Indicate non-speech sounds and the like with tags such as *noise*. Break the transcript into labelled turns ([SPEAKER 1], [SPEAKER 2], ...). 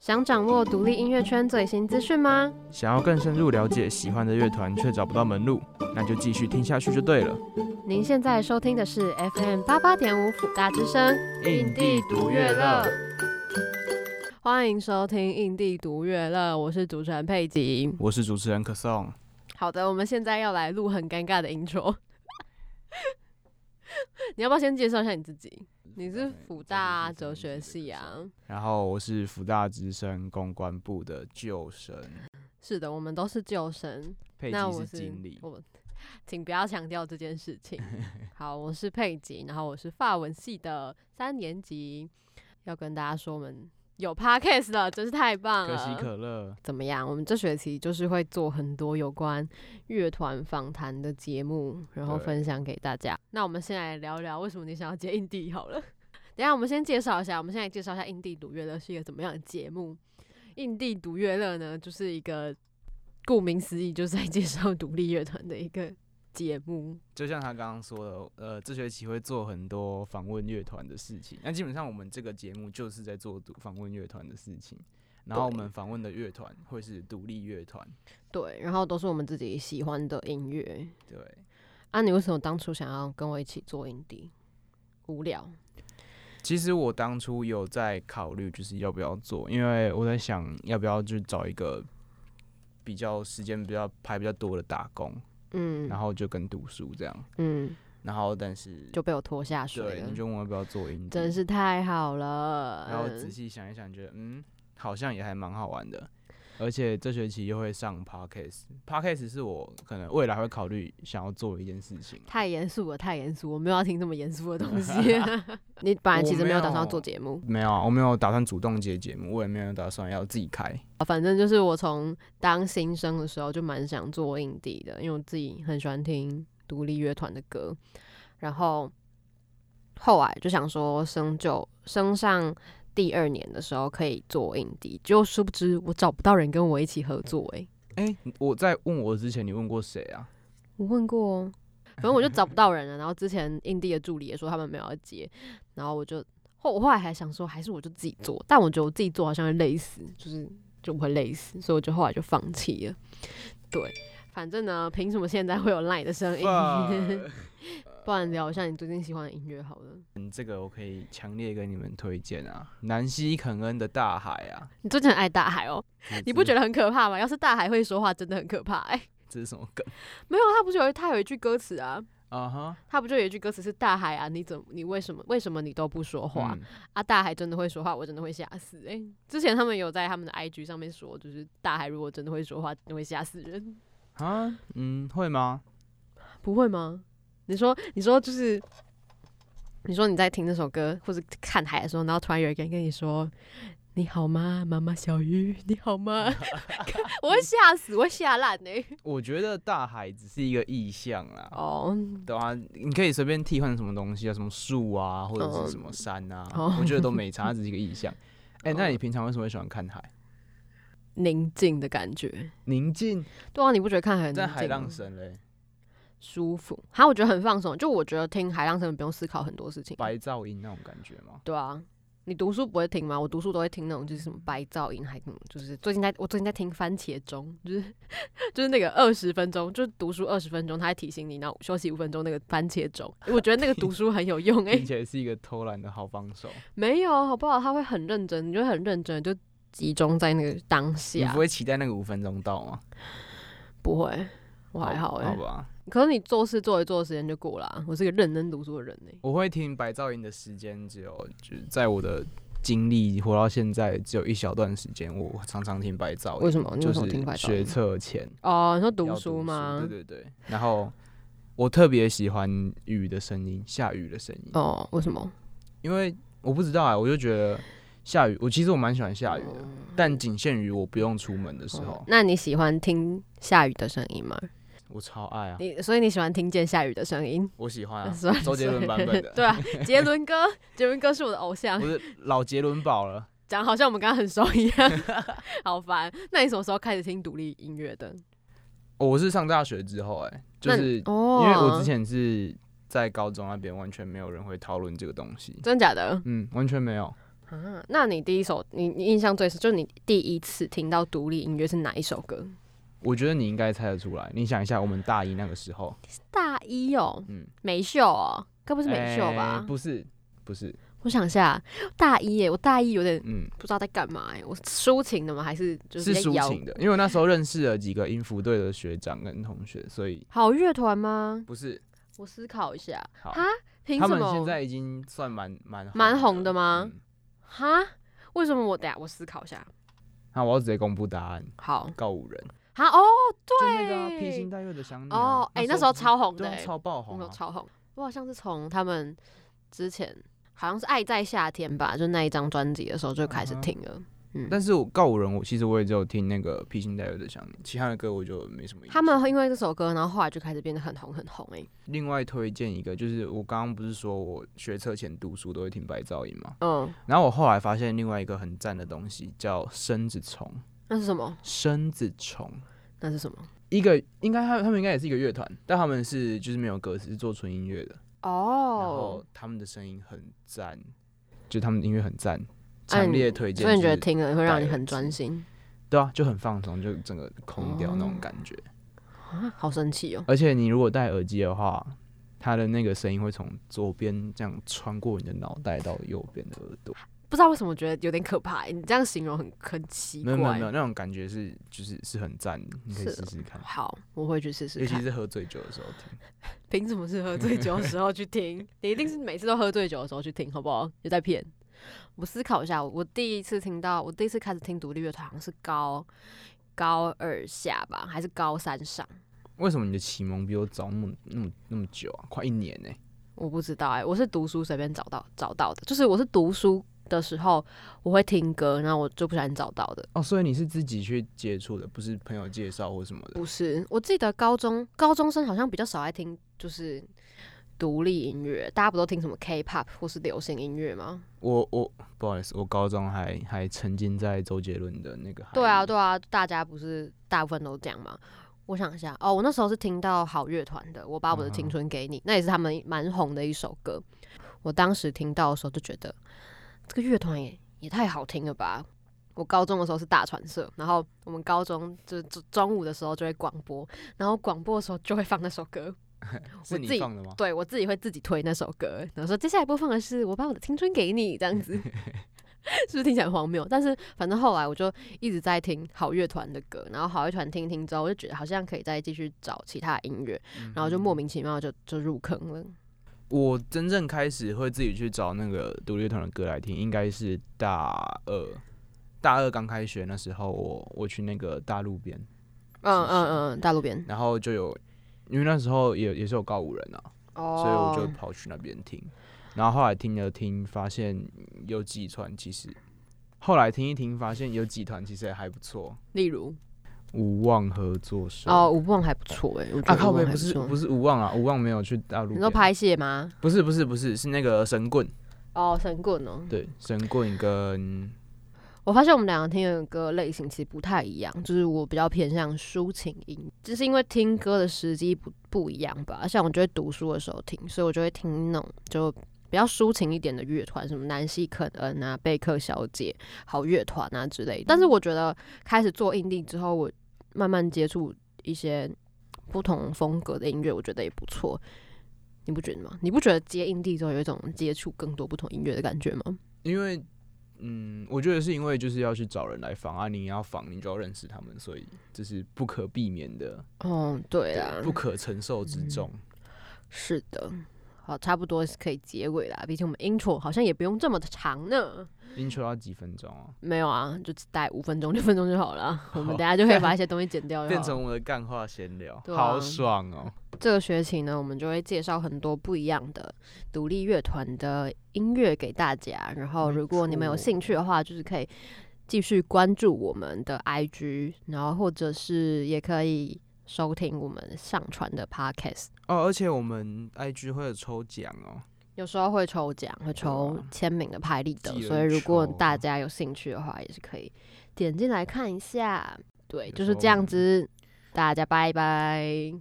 [SPEAKER 1] 想掌握独立音乐圈最新资讯吗？
[SPEAKER 2] 想要更深入了解喜欢的乐团却找不到门路，那就继续听下去就对了。
[SPEAKER 1] 您现在收听的是 FM 八八点五辅大之声，
[SPEAKER 2] 印地独乐乐，
[SPEAKER 1] 欢迎收听印地独乐乐，我是主持人佩吉。
[SPEAKER 2] 我是主持人可颂。
[SPEAKER 1] 好的，我们现在要来录很尴尬的 intro。你要不要先介绍一下你自己？你
[SPEAKER 2] 呃
[SPEAKER 1] 是辅大哲学系啊？
[SPEAKER 2] 然后我是福大之声公关部的旧生，
[SPEAKER 1] 是的，我们都是旧生。
[SPEAKER 2] 佩
[SPEAKER 1] 那
[SPEAKER 2] 吉
[SPEAKER 1] 我
[SPEAKER 2] 经理。
[SPEAKER 1] 我请不要强调这件事
[SPEAKER 2] *laughs*
[SPEAKER 1] 情。好，我是佩吉，然后我是法文系的三年级，要跟大家说我们有 podcast 了，真是太棒
[SPEAKER 2] 可
[SPEAKER 1] 了。
[SPEAKER 2] 喜可乐，
[SPEAKER 1] 怎么样？我们这学期就是会做很多有关乐团访谈的节目，然后
[SPEAKER 2] 对
[SPEAKER 1] 分享给大家。那我们先来聊聊为什么你想要接印地好了。等一下，我们先介绍一下，我们先来介绍一下印地独乐乐是一个怎么样的节目。印地独乐乐呢，就是一个顾名思义，就是在介绍独立乐团的一个节目。
[SPEAKER 2] 就像他刚刚说的，呃，这学期会做很多访问乐团的事情。那基本上我们这个节目就是在做独访问乐团的事情，然后我
[SPEAKER 1] 对
[SPEAKER 2] 们访问的乐团会是独立乐团。
[SPEAKER 1] 对，然后都是我们自己喜欢的音乐。
[SPEAKER 2] 对，
[SPEAKER 1] 啊，你为什么当初想要跟我一起做印地？无聊。
[SPEAKER 2] 其实我当初有在考虑，就是要不要做，因为我在想要不要就找一个比较时间比较排比较多的打工，
[SPEAKER 1] 嗯
[SPEAKER 2] 然后就跟读书这样。
[SPEAKER 1] 嗯，
[SPEAKER 2] 然后但是
[SPEAKER 1] 就被我拖下水
[SPEAKER 2] 对，
[SPEAKER 1] 了
[SPEAKER 2] 你。就问我要不要做音，
[SPEAKER 1] 真是太好了。
[SPEAKER 2] 然后仔细想一想，觉得嗯，好像也还蛮好玩的。而且这学期又会上 podcast，podcast 是我可能未来会考虑想要做的一件事情。啊
[SPEAKER 1] 太严肃了，太严肃，我没有要听这么严肃的东西。你本来其实没有打算要做节目，
[SPEAKER 2] 没有啊，我没有打算主动接节目，我也没有打算要自己开。
[SPEAKER 1] 呃反正就是我从当新生的时候就蛮想做印地的，因为我自己很喜欢听独立乐团的歌，然后后来就想说升就升上第二年的时候可以做印地，就殊不知我找不到人跟我一起合作、欸，
[SPEAKER 2] 哎、我在问我之前，你问过谁啊？
[SPEAKER 1] 我问过哦，反正我就找不到人了。然后之前印地的助理也说他们没有要接，然后我就后我后来还想说，还是我就自己做，但我觉得我自己做好像会累死，就是就不会累死，所以我就后来就放弃了。对，反正呢，凭什么现在会有赖的声音？ *laughs* 不然聊一下你最近喜欢的音乐好了。
[SPEAKER 2] *laughs* 嗯，这个我可以强烈跟你们推荐啊，南希肯恩的《大海》啊，
[SPEAKER 1] 你最近很爱大海哦，你不觉
[SPEAKER 2] 得
[SPEAKER 1] 得很可怕吗？要是大海会说话，真的很可怕哎、
[SPEAKER 2] 这是什么梗
[SPEAKER 1] 没有， *laughs* 他不是有他有一句歌词啊，
[SPEAKER 2] 啊？哈，
[SPEAKER 1] 他不就有一句歌词是大海啊，你怎么你为什么为什么你都不说话？
[SPEAKER 2] 嗯
[SPEAKER 1] 啊，大海真的会说话，我真的会吓死哎、之前他们有在他们的 IG 上面说，就是大海如果真的会说话，真的会吓死人，
[SPEAKER 2] 啊，嗯，会吗？
[SPEAKER 1] 不会吗？你说，你说就是，你说你在听这首歌或者看海的时候，然后突然有一个人跟你说：“你好吗，妈妈小鱼，你好吗？” *laughs* 我会吓死，我会吓烂哎。
[SPEAKER 2] 我觉得大海只是一个意象啦，
[SPEAKER 1] 哦，
[SPEAKER 2] 对啊，你可以随便替换什么东西啊，什么树啊，或者
[SPEAKER 1] 嗯
[SPEAKER 2] 是什么山啊，
[SPEAKER 1] 哦
[SPEAKER 2] 我觉得都没
[SPEAKER 1] *laughs*
[SPEAKER 2] 差，它只是一个意象。哎、那
[SPEAKER 1] 哦
[SPEAKER 2] 你平常为什么会喜欢看海？
[SPEAKER 1] 宁静的感觉，
[SPEAKER 2] 宁静，
[SPEAKER 1] 对啊，你不觉得看海很宁
[SPEAKER 2] 在
[SPEAKER 1] 静
[SPEAKER 2] 海浪
[SPEAKER 1] 吗
[SPEAKER 2] 声嘞，
[SPEAKER 1] 舒服？哈，我觉得很放松。就我觉得听海浪声不用思考很多事情，
[SPEAKER 2] 白噪音那种感觉吗？
[SPEAKER 1] 对啊，你读书不会听吗？我读书都会听那种就是什么白噪音，还什么就是最近在我最近在听番茄钟，就是就是那个二十分钟，就是读书二十分钟，他还提醒你，然后休息五分钟那个番茄钟，我觉得那个读书很有用哎、
[SPEAKER 2] *laughs* 并且是一个偷懒的好帮手，
[SPEAKER 1] 没有好不好？他会很认真，你就会很认真，就集中在那个当
[SPEAKER 2] 你
[SPEAKER 1] 下
[SPEAKER 2] 不，会期待那个五分钟到吗？
[SPEAKER 1] 不会，我还好哎、
[SPEAKER 2] 好吧。
[SPEAKER 1] 可是你做事做一做，时间就过了啊、我是个认真读书的人哎、
[SPEAKER 2] 我会听白噪音的时间只有，就是在我的经历活到现在只有一小段时间，我常常听白噪
[SPEAKER 1] 为
[SPEAKER 2] 音，
[SPEAKER 1] 什么？你
[SPEAKER 2] 哦就
[SPEAKER 1] 为什么听白
[SPEAKER 2] 是
[SPEAKER 1] 噪音
[SPEAKER 2] 学测前
[SPEAKER 1] 哦，你说
[SPEAKER 2] 要
[SPEAKER 1] 读
[SPEAKER 2] 书
[SPEAKER 1] 书吗？
[SPEAKER 2] 对对对，然后我特别喜欢雨的声音，下雨的声音，
[SPEAKER 1] 哦，为什么？
[SPEAKER 2] 因为我不知道啊，我就觉得下雨，我其实我蛮喜欢下雨的，
[SPEAKER 1] 哦
[SPEAKER 2] 但仅限于我不用出门的时
[SPEAKER 1] 哦
[SPEAKER 2] 候，
[SPEAKER 1] 那你喜欢听下雨的声音吗？
[SPEAKER 2] 我超爱啊，
[SPEAKER 1] 你所以你喜欢听见下雨的声音？
[SPEAKER 2] 我喜欢
[SPEAKER 1] *laughs*
[SPEAKER 2] 啊
[SPEAKER 1] 所以，
[SPEAKER 2] 周杰伦版本的，
[SPEAKER 1] 对啊，啊杰伦哥， *laughs* 杰伦哥是我的偶像
[SPEAKER 2] 我，是老杰伦宝了。
[SPEAKER 1] 讲好像我们刚刚很熟一
[SPEAKER 2] *laughs*
[SPEAKER 1] 样，好烦。那你什么时候开始听独立音乐的？
[SPEAKER 2] 我是上大学之后、哎，就
[SPEAKER 1] 那你
[SPEAKER 2] 是
[SPEAKER 1] 哦，
[SPEAKER 2] 因为我之前是在高中那边完全没有人会讨论这个东西，
[SPEAKER 1] 真假的
[SPEAKER 2] 嗯，完全没有。
[SPEAKER 1] 啊，那你第一首，你你印象最深，就是你第一次听到独立音乐是哪一首歌？
[SPEAKER 2] 我觉得你应该猜得出来。你想一下，我们大一那个时候，
[SPEAKER 1] 大一哦，
[SPEAKER 2] 嗯，
[SPEAKER 1] 美秀哦，该不是美秀吧？
[SPEAKER 2] 哎不是，不是，
[SPEAKER 1] 我想一下，大一耶，我大一有点
[SPEAKER 2] 嗯，
[SPEAKER 1] 不知道在干嘛哎，我抒情的吗？还是就是
[SPEAKER 2] 是
[SPEAKER 1] 在
[SPEAKER 2] 抒
[SPEAKER 1] 摇
[SPEAKER 2] 情的，因为我那时候认识了几个音符队的学长跟同学，所以
[SPEAKER 1] 好乐团吗？
[SPEAKER 2] 不是
[SPEAKER 1] 我思考一下，
[SPEAKER 2] 好。
[SPEAKER 1] 哈，凭
[SPEAKER 2] 他
[SPEAKER 1] 什
[SPEAKER 2] 们现
[SPEAKER 1] 么？
[SPEAKER 2] 在已经算蛮蛮
[SPEAKER 1] 蛮
[SPEAKER 2] 的
[SPEAKER 1] 红的吗
[SPEAKER 2] 嗯
[SPEAKER 1] 哈，为什么我等下我思考一下，
[SPEAKER 2] 那我要直接公布答案，
[SPEAKER 1] 好，
[SPEAKER 2] 告五人，
[SPEAKER 1] 哈哦，
[SPEAKER 2] 就
[SPEAKER 1] 对，
[SPEAKER 2] 那个啊披星戴月的想你啊
[SPEAKER 1] 哦，哎，那时候
[SPEAKER 2] 不是
[SPEAKER 1] 超红
[SPEAKER 2] 对
[SPEAKER 1] 的
[SPEAKER 2] 啊，
[SPEAKER 1] 哎，
[SPEAKER 2] 超爆红
[SPEAKER 1] 那时
[SPEAKER 2] 啊
[SPEAKER 1] 候，超红，我好像是从他们之前好像是《爱在夏天》吧，就那一张专辑的时候就开始
[SPEAKER 2] 嗯哼
[SPEAKER 1] 听了。
[SPEAKER 2] 但是我告五人，我其实我也只有听那个披星戴月的想你，其他的歌我就没什么印象。
[SPEAKER 1] 他们因为这首歌，然后后来就开始变得很红很红哎、
[SPEAKER 2] 另外推荐一个，就是我刚刚不是说我学车前读书都会听白噪音嘛，
[SPEAKER 1] 嗯，
[SPEAKER 2] 然后我后来发现另外一个很赞的东西叫身子虫，
[SPEAKER 1] 那是什么？
[SPEAKER 2] 身子虫。
[SPEAKER 1] 那是什么？
[SPEAKER 2] 一个应该他他们应该也是一个乐团，但他们是就是没有歌词，是做纯音乐的。然
[SPEAKER 1] 哦
[SPEAKER 2] 后，他们的声音很赞，就他们的音乐很赞，
[SPEAKER 1] 啊
[SPEAKER 2] 强
[SPEAKER 1] 你
[SPEAKER 2] 烈推荐。
[SPEAKER 1] 所以你觉得
[SPEAKER 2] 就是
[SPEAKER 1] 听了会让你
[SPEAKER 2] 戴耳
[SPEAKER 1] 很专心
[SPEAKER 2] 对啊，就很放松，就整个空掉
[SPEAKER 1] 哦
[SPEAKER 2] 那种感觉。
[SPEAKER 1] 啊？好神奇哦！
[SPEAKER 2] 而且你如果戴耳机的话，它的那个声音会从左边这样穿过你的脑袋到右边的耳朵。
[SPEAKER 1] 不知道为什么觉得有点可怕欸、你这样形容很很奇
[SPEAKER 2] 没
[SPEAKER 1] 怪。
[SPEAKER 2] 有没有没有，那种感觉是就是是很赞，你可以
[SPEAKER 1] 是啊
[SPEAKER 2] 试试看。
[SPEAKER 1] 好，我会去试试
[SPEAKER 2] 尤其
[SPEAKER 1] *laughs* 看。
[SPEAKER 2] 是喝醉酒的时候听，
[SPEAKER 1] 凭什么是喝醉酒的时候去听？你一定是每次都喝醉酒的时候去听，好不好？别再骗。我思考一下，我第一次听到，我第一次开始听独立乐团好像是高高二下吧，还是高三上，
[SPEAKER 2] 为什么你的启蒙比我早那么那么那么久啊？快一年呢、
[SPEAKER 1] 我不知道哎、我是读书随便找到找到的，就是我是读书的时候我会听歌，然后我就不小心找到的。
[SPEAKER 2] 哦，所以你是自己去接触的，不是朋友介绍或什么的。
[SPEAKER 1] 不是，我记得高中高中生好像比较少爱听，就是独立音乐，大家不都听什么 K-pop 或是流行音乐吗？
[SPEAKER 2] 我我不好意思，我高中还还沉浸在周杰伦的那个海里。
[SPEAKER 1] 对啊，对啊，大家不是大部分都这样吗？我想一下，哦，我那时候是听到好乐团的《我把我的青春给你》，那也是他们蛮红的一首歌。我当时听到的时候就觉得，这个乐团也也太好听了吧！我高中的时候是大传社，然后我们高中就是中中午的时候就会广播，然后广播的时候就会放那首歌，
[SPEAKER 2] 是
[SPEAKER 1] 我
[SPEAKER 2] 你
[SPEAKER 1] 自己
[SPEAKER 2] 放的吗？
[SPEAKER 1] 对我自己会自己推那首歌，然后说接下来播放的是我把我的青春给你这样 *laughs* 子，是不是听起来很荒谬？但是反正后来我就一直在听好乐团的歌，然后好乐团听一听之后，我就觉得好像可以再继续找其他音乐，
[SPEAKER 2] 嗯
[SPEAKER 1] 然后就莫名其妙就就入坑了。
[SPEAKER 2] 我真正开始会自己去找那个独立乐团的歌来听，应该是大二，大二刚开学那时候我，我去那个大路边，
[SPEAKER 1] 嗯嗯嗯，大路边
[SPEAKER 2] 然后就有，因为那时候也也是有告五人啊，
[SPEAKER 1] 哦
[SPEAKER 2] 所以我就跑去那边听，然后后来听了听，发现有几团其实，后来听一听发现有几团其实也还不错，
[SPEAKER 1] 例如
[SPEAKER 2] 无望合作社
[SPEAKER 1] 哦，吴梦还不错哎、我觉
[SPEAKER 2] 啊
[SPEAKER 1] 得
[SPEAKER 2] 靠
[SPEAKER 1] 吴
[SPEAKER 2] 北
[SPEAKER 1] 梦还
[SPEAKER 2] 不是
[SPEAKER 1] 错。
[SPEAKER 2] 不是无望啊，无望没有去大陆，
[SPEAKER 1] 你说拍戏吗？
[SPEAKER 2] 不是不是不是是那个神棍，
[SPEAKER 1] 哦，神棍哦，
[SPEAKER 2] 对神棍跟
[SPEAKER 1] 我发现我们两个听的歌类型其实不太一样，就是我比较偏向抒情音，就是因为听歌的时机不不一样吧。像我就会读书的时候听，所以我就会听那种就比较抒情一点的乐团，什么南希肯恩啊、贝克小姐、好乐团啊之类的。但是我觉得开始做印地之后，我慢慢接触一些不同风格的音乐，我觉得也不错。你不觉得吗？你不觉得接印地之后有一种接触更多不同音乐的感觉吗？
[SPEAKER 2] 因为，嗯，我觉得是因为就是要去找人来访啊，你要访，你就要认识他们，所以这是不可避免的，
[SPEAKER 1] 哦，对啊，
[SPEAKER 2] 不可承受之重。
[SPEAKER 1] 是的，
[SPEAKER 2] 嗯
[SPEAKER 1] 好，差不多是可以结尾啦。毕竟我们 intro 好像也不用这么的长呢。
[SPEAKER 2] intro 要几分钟啊？
[SPEAKER 1] 没有啊，就大概五分钟、六分钟就好了。我们
[SPEAKER 2] 好
[SPEAKER 1] 等下就可以
[SPEAKER 2] *laughs*
[SPEAKER 1] 把一些东西剪掉就好
[SPEAKER 2] 变成我的干话闲聊，
[SPEAKER 1] 哎对啊
[SPEAKER 2] 好爽哦！
[SPEAKER 1] 这个学期呢，我们就会介绍很多不一样的独立乐团的音乐给大家。然后，
[SPEAKER 2] 没
[SPEAKER 1] 如果你们有
[SPEAKER 2] 错
[SPEAKER 1] 兴趣的话，就是可以继续关注我们的 IG，然后或者是也可以收听我们上传的 podcast。
[SPEAKER 2] 哦，而且我们 IG 会有抽奖哦，
[SPEAKER 1] 有时候会抽奖，会抽
[SPEAKER 2] 对啊
[SPEAKER 1] 签名的拍立得
[SPEAKER 2] 寄，人啊
[SPEAKER 1] 所以如果
[SPEAKER 2] 球
[SPEAKER 1] 大家有兴趣的话，也是可以点进来看一下。对，
[SPEAKER 2] 有
[SPEAKER 1] 就
[SPEAKER 2] 时
[SPEAKER 1] 是
[SPEAKER 2] 候
[SPEAKER 1] 这样
[SPEAKER 2] 我们
[SPEAKER 1] 子，大家拜拜。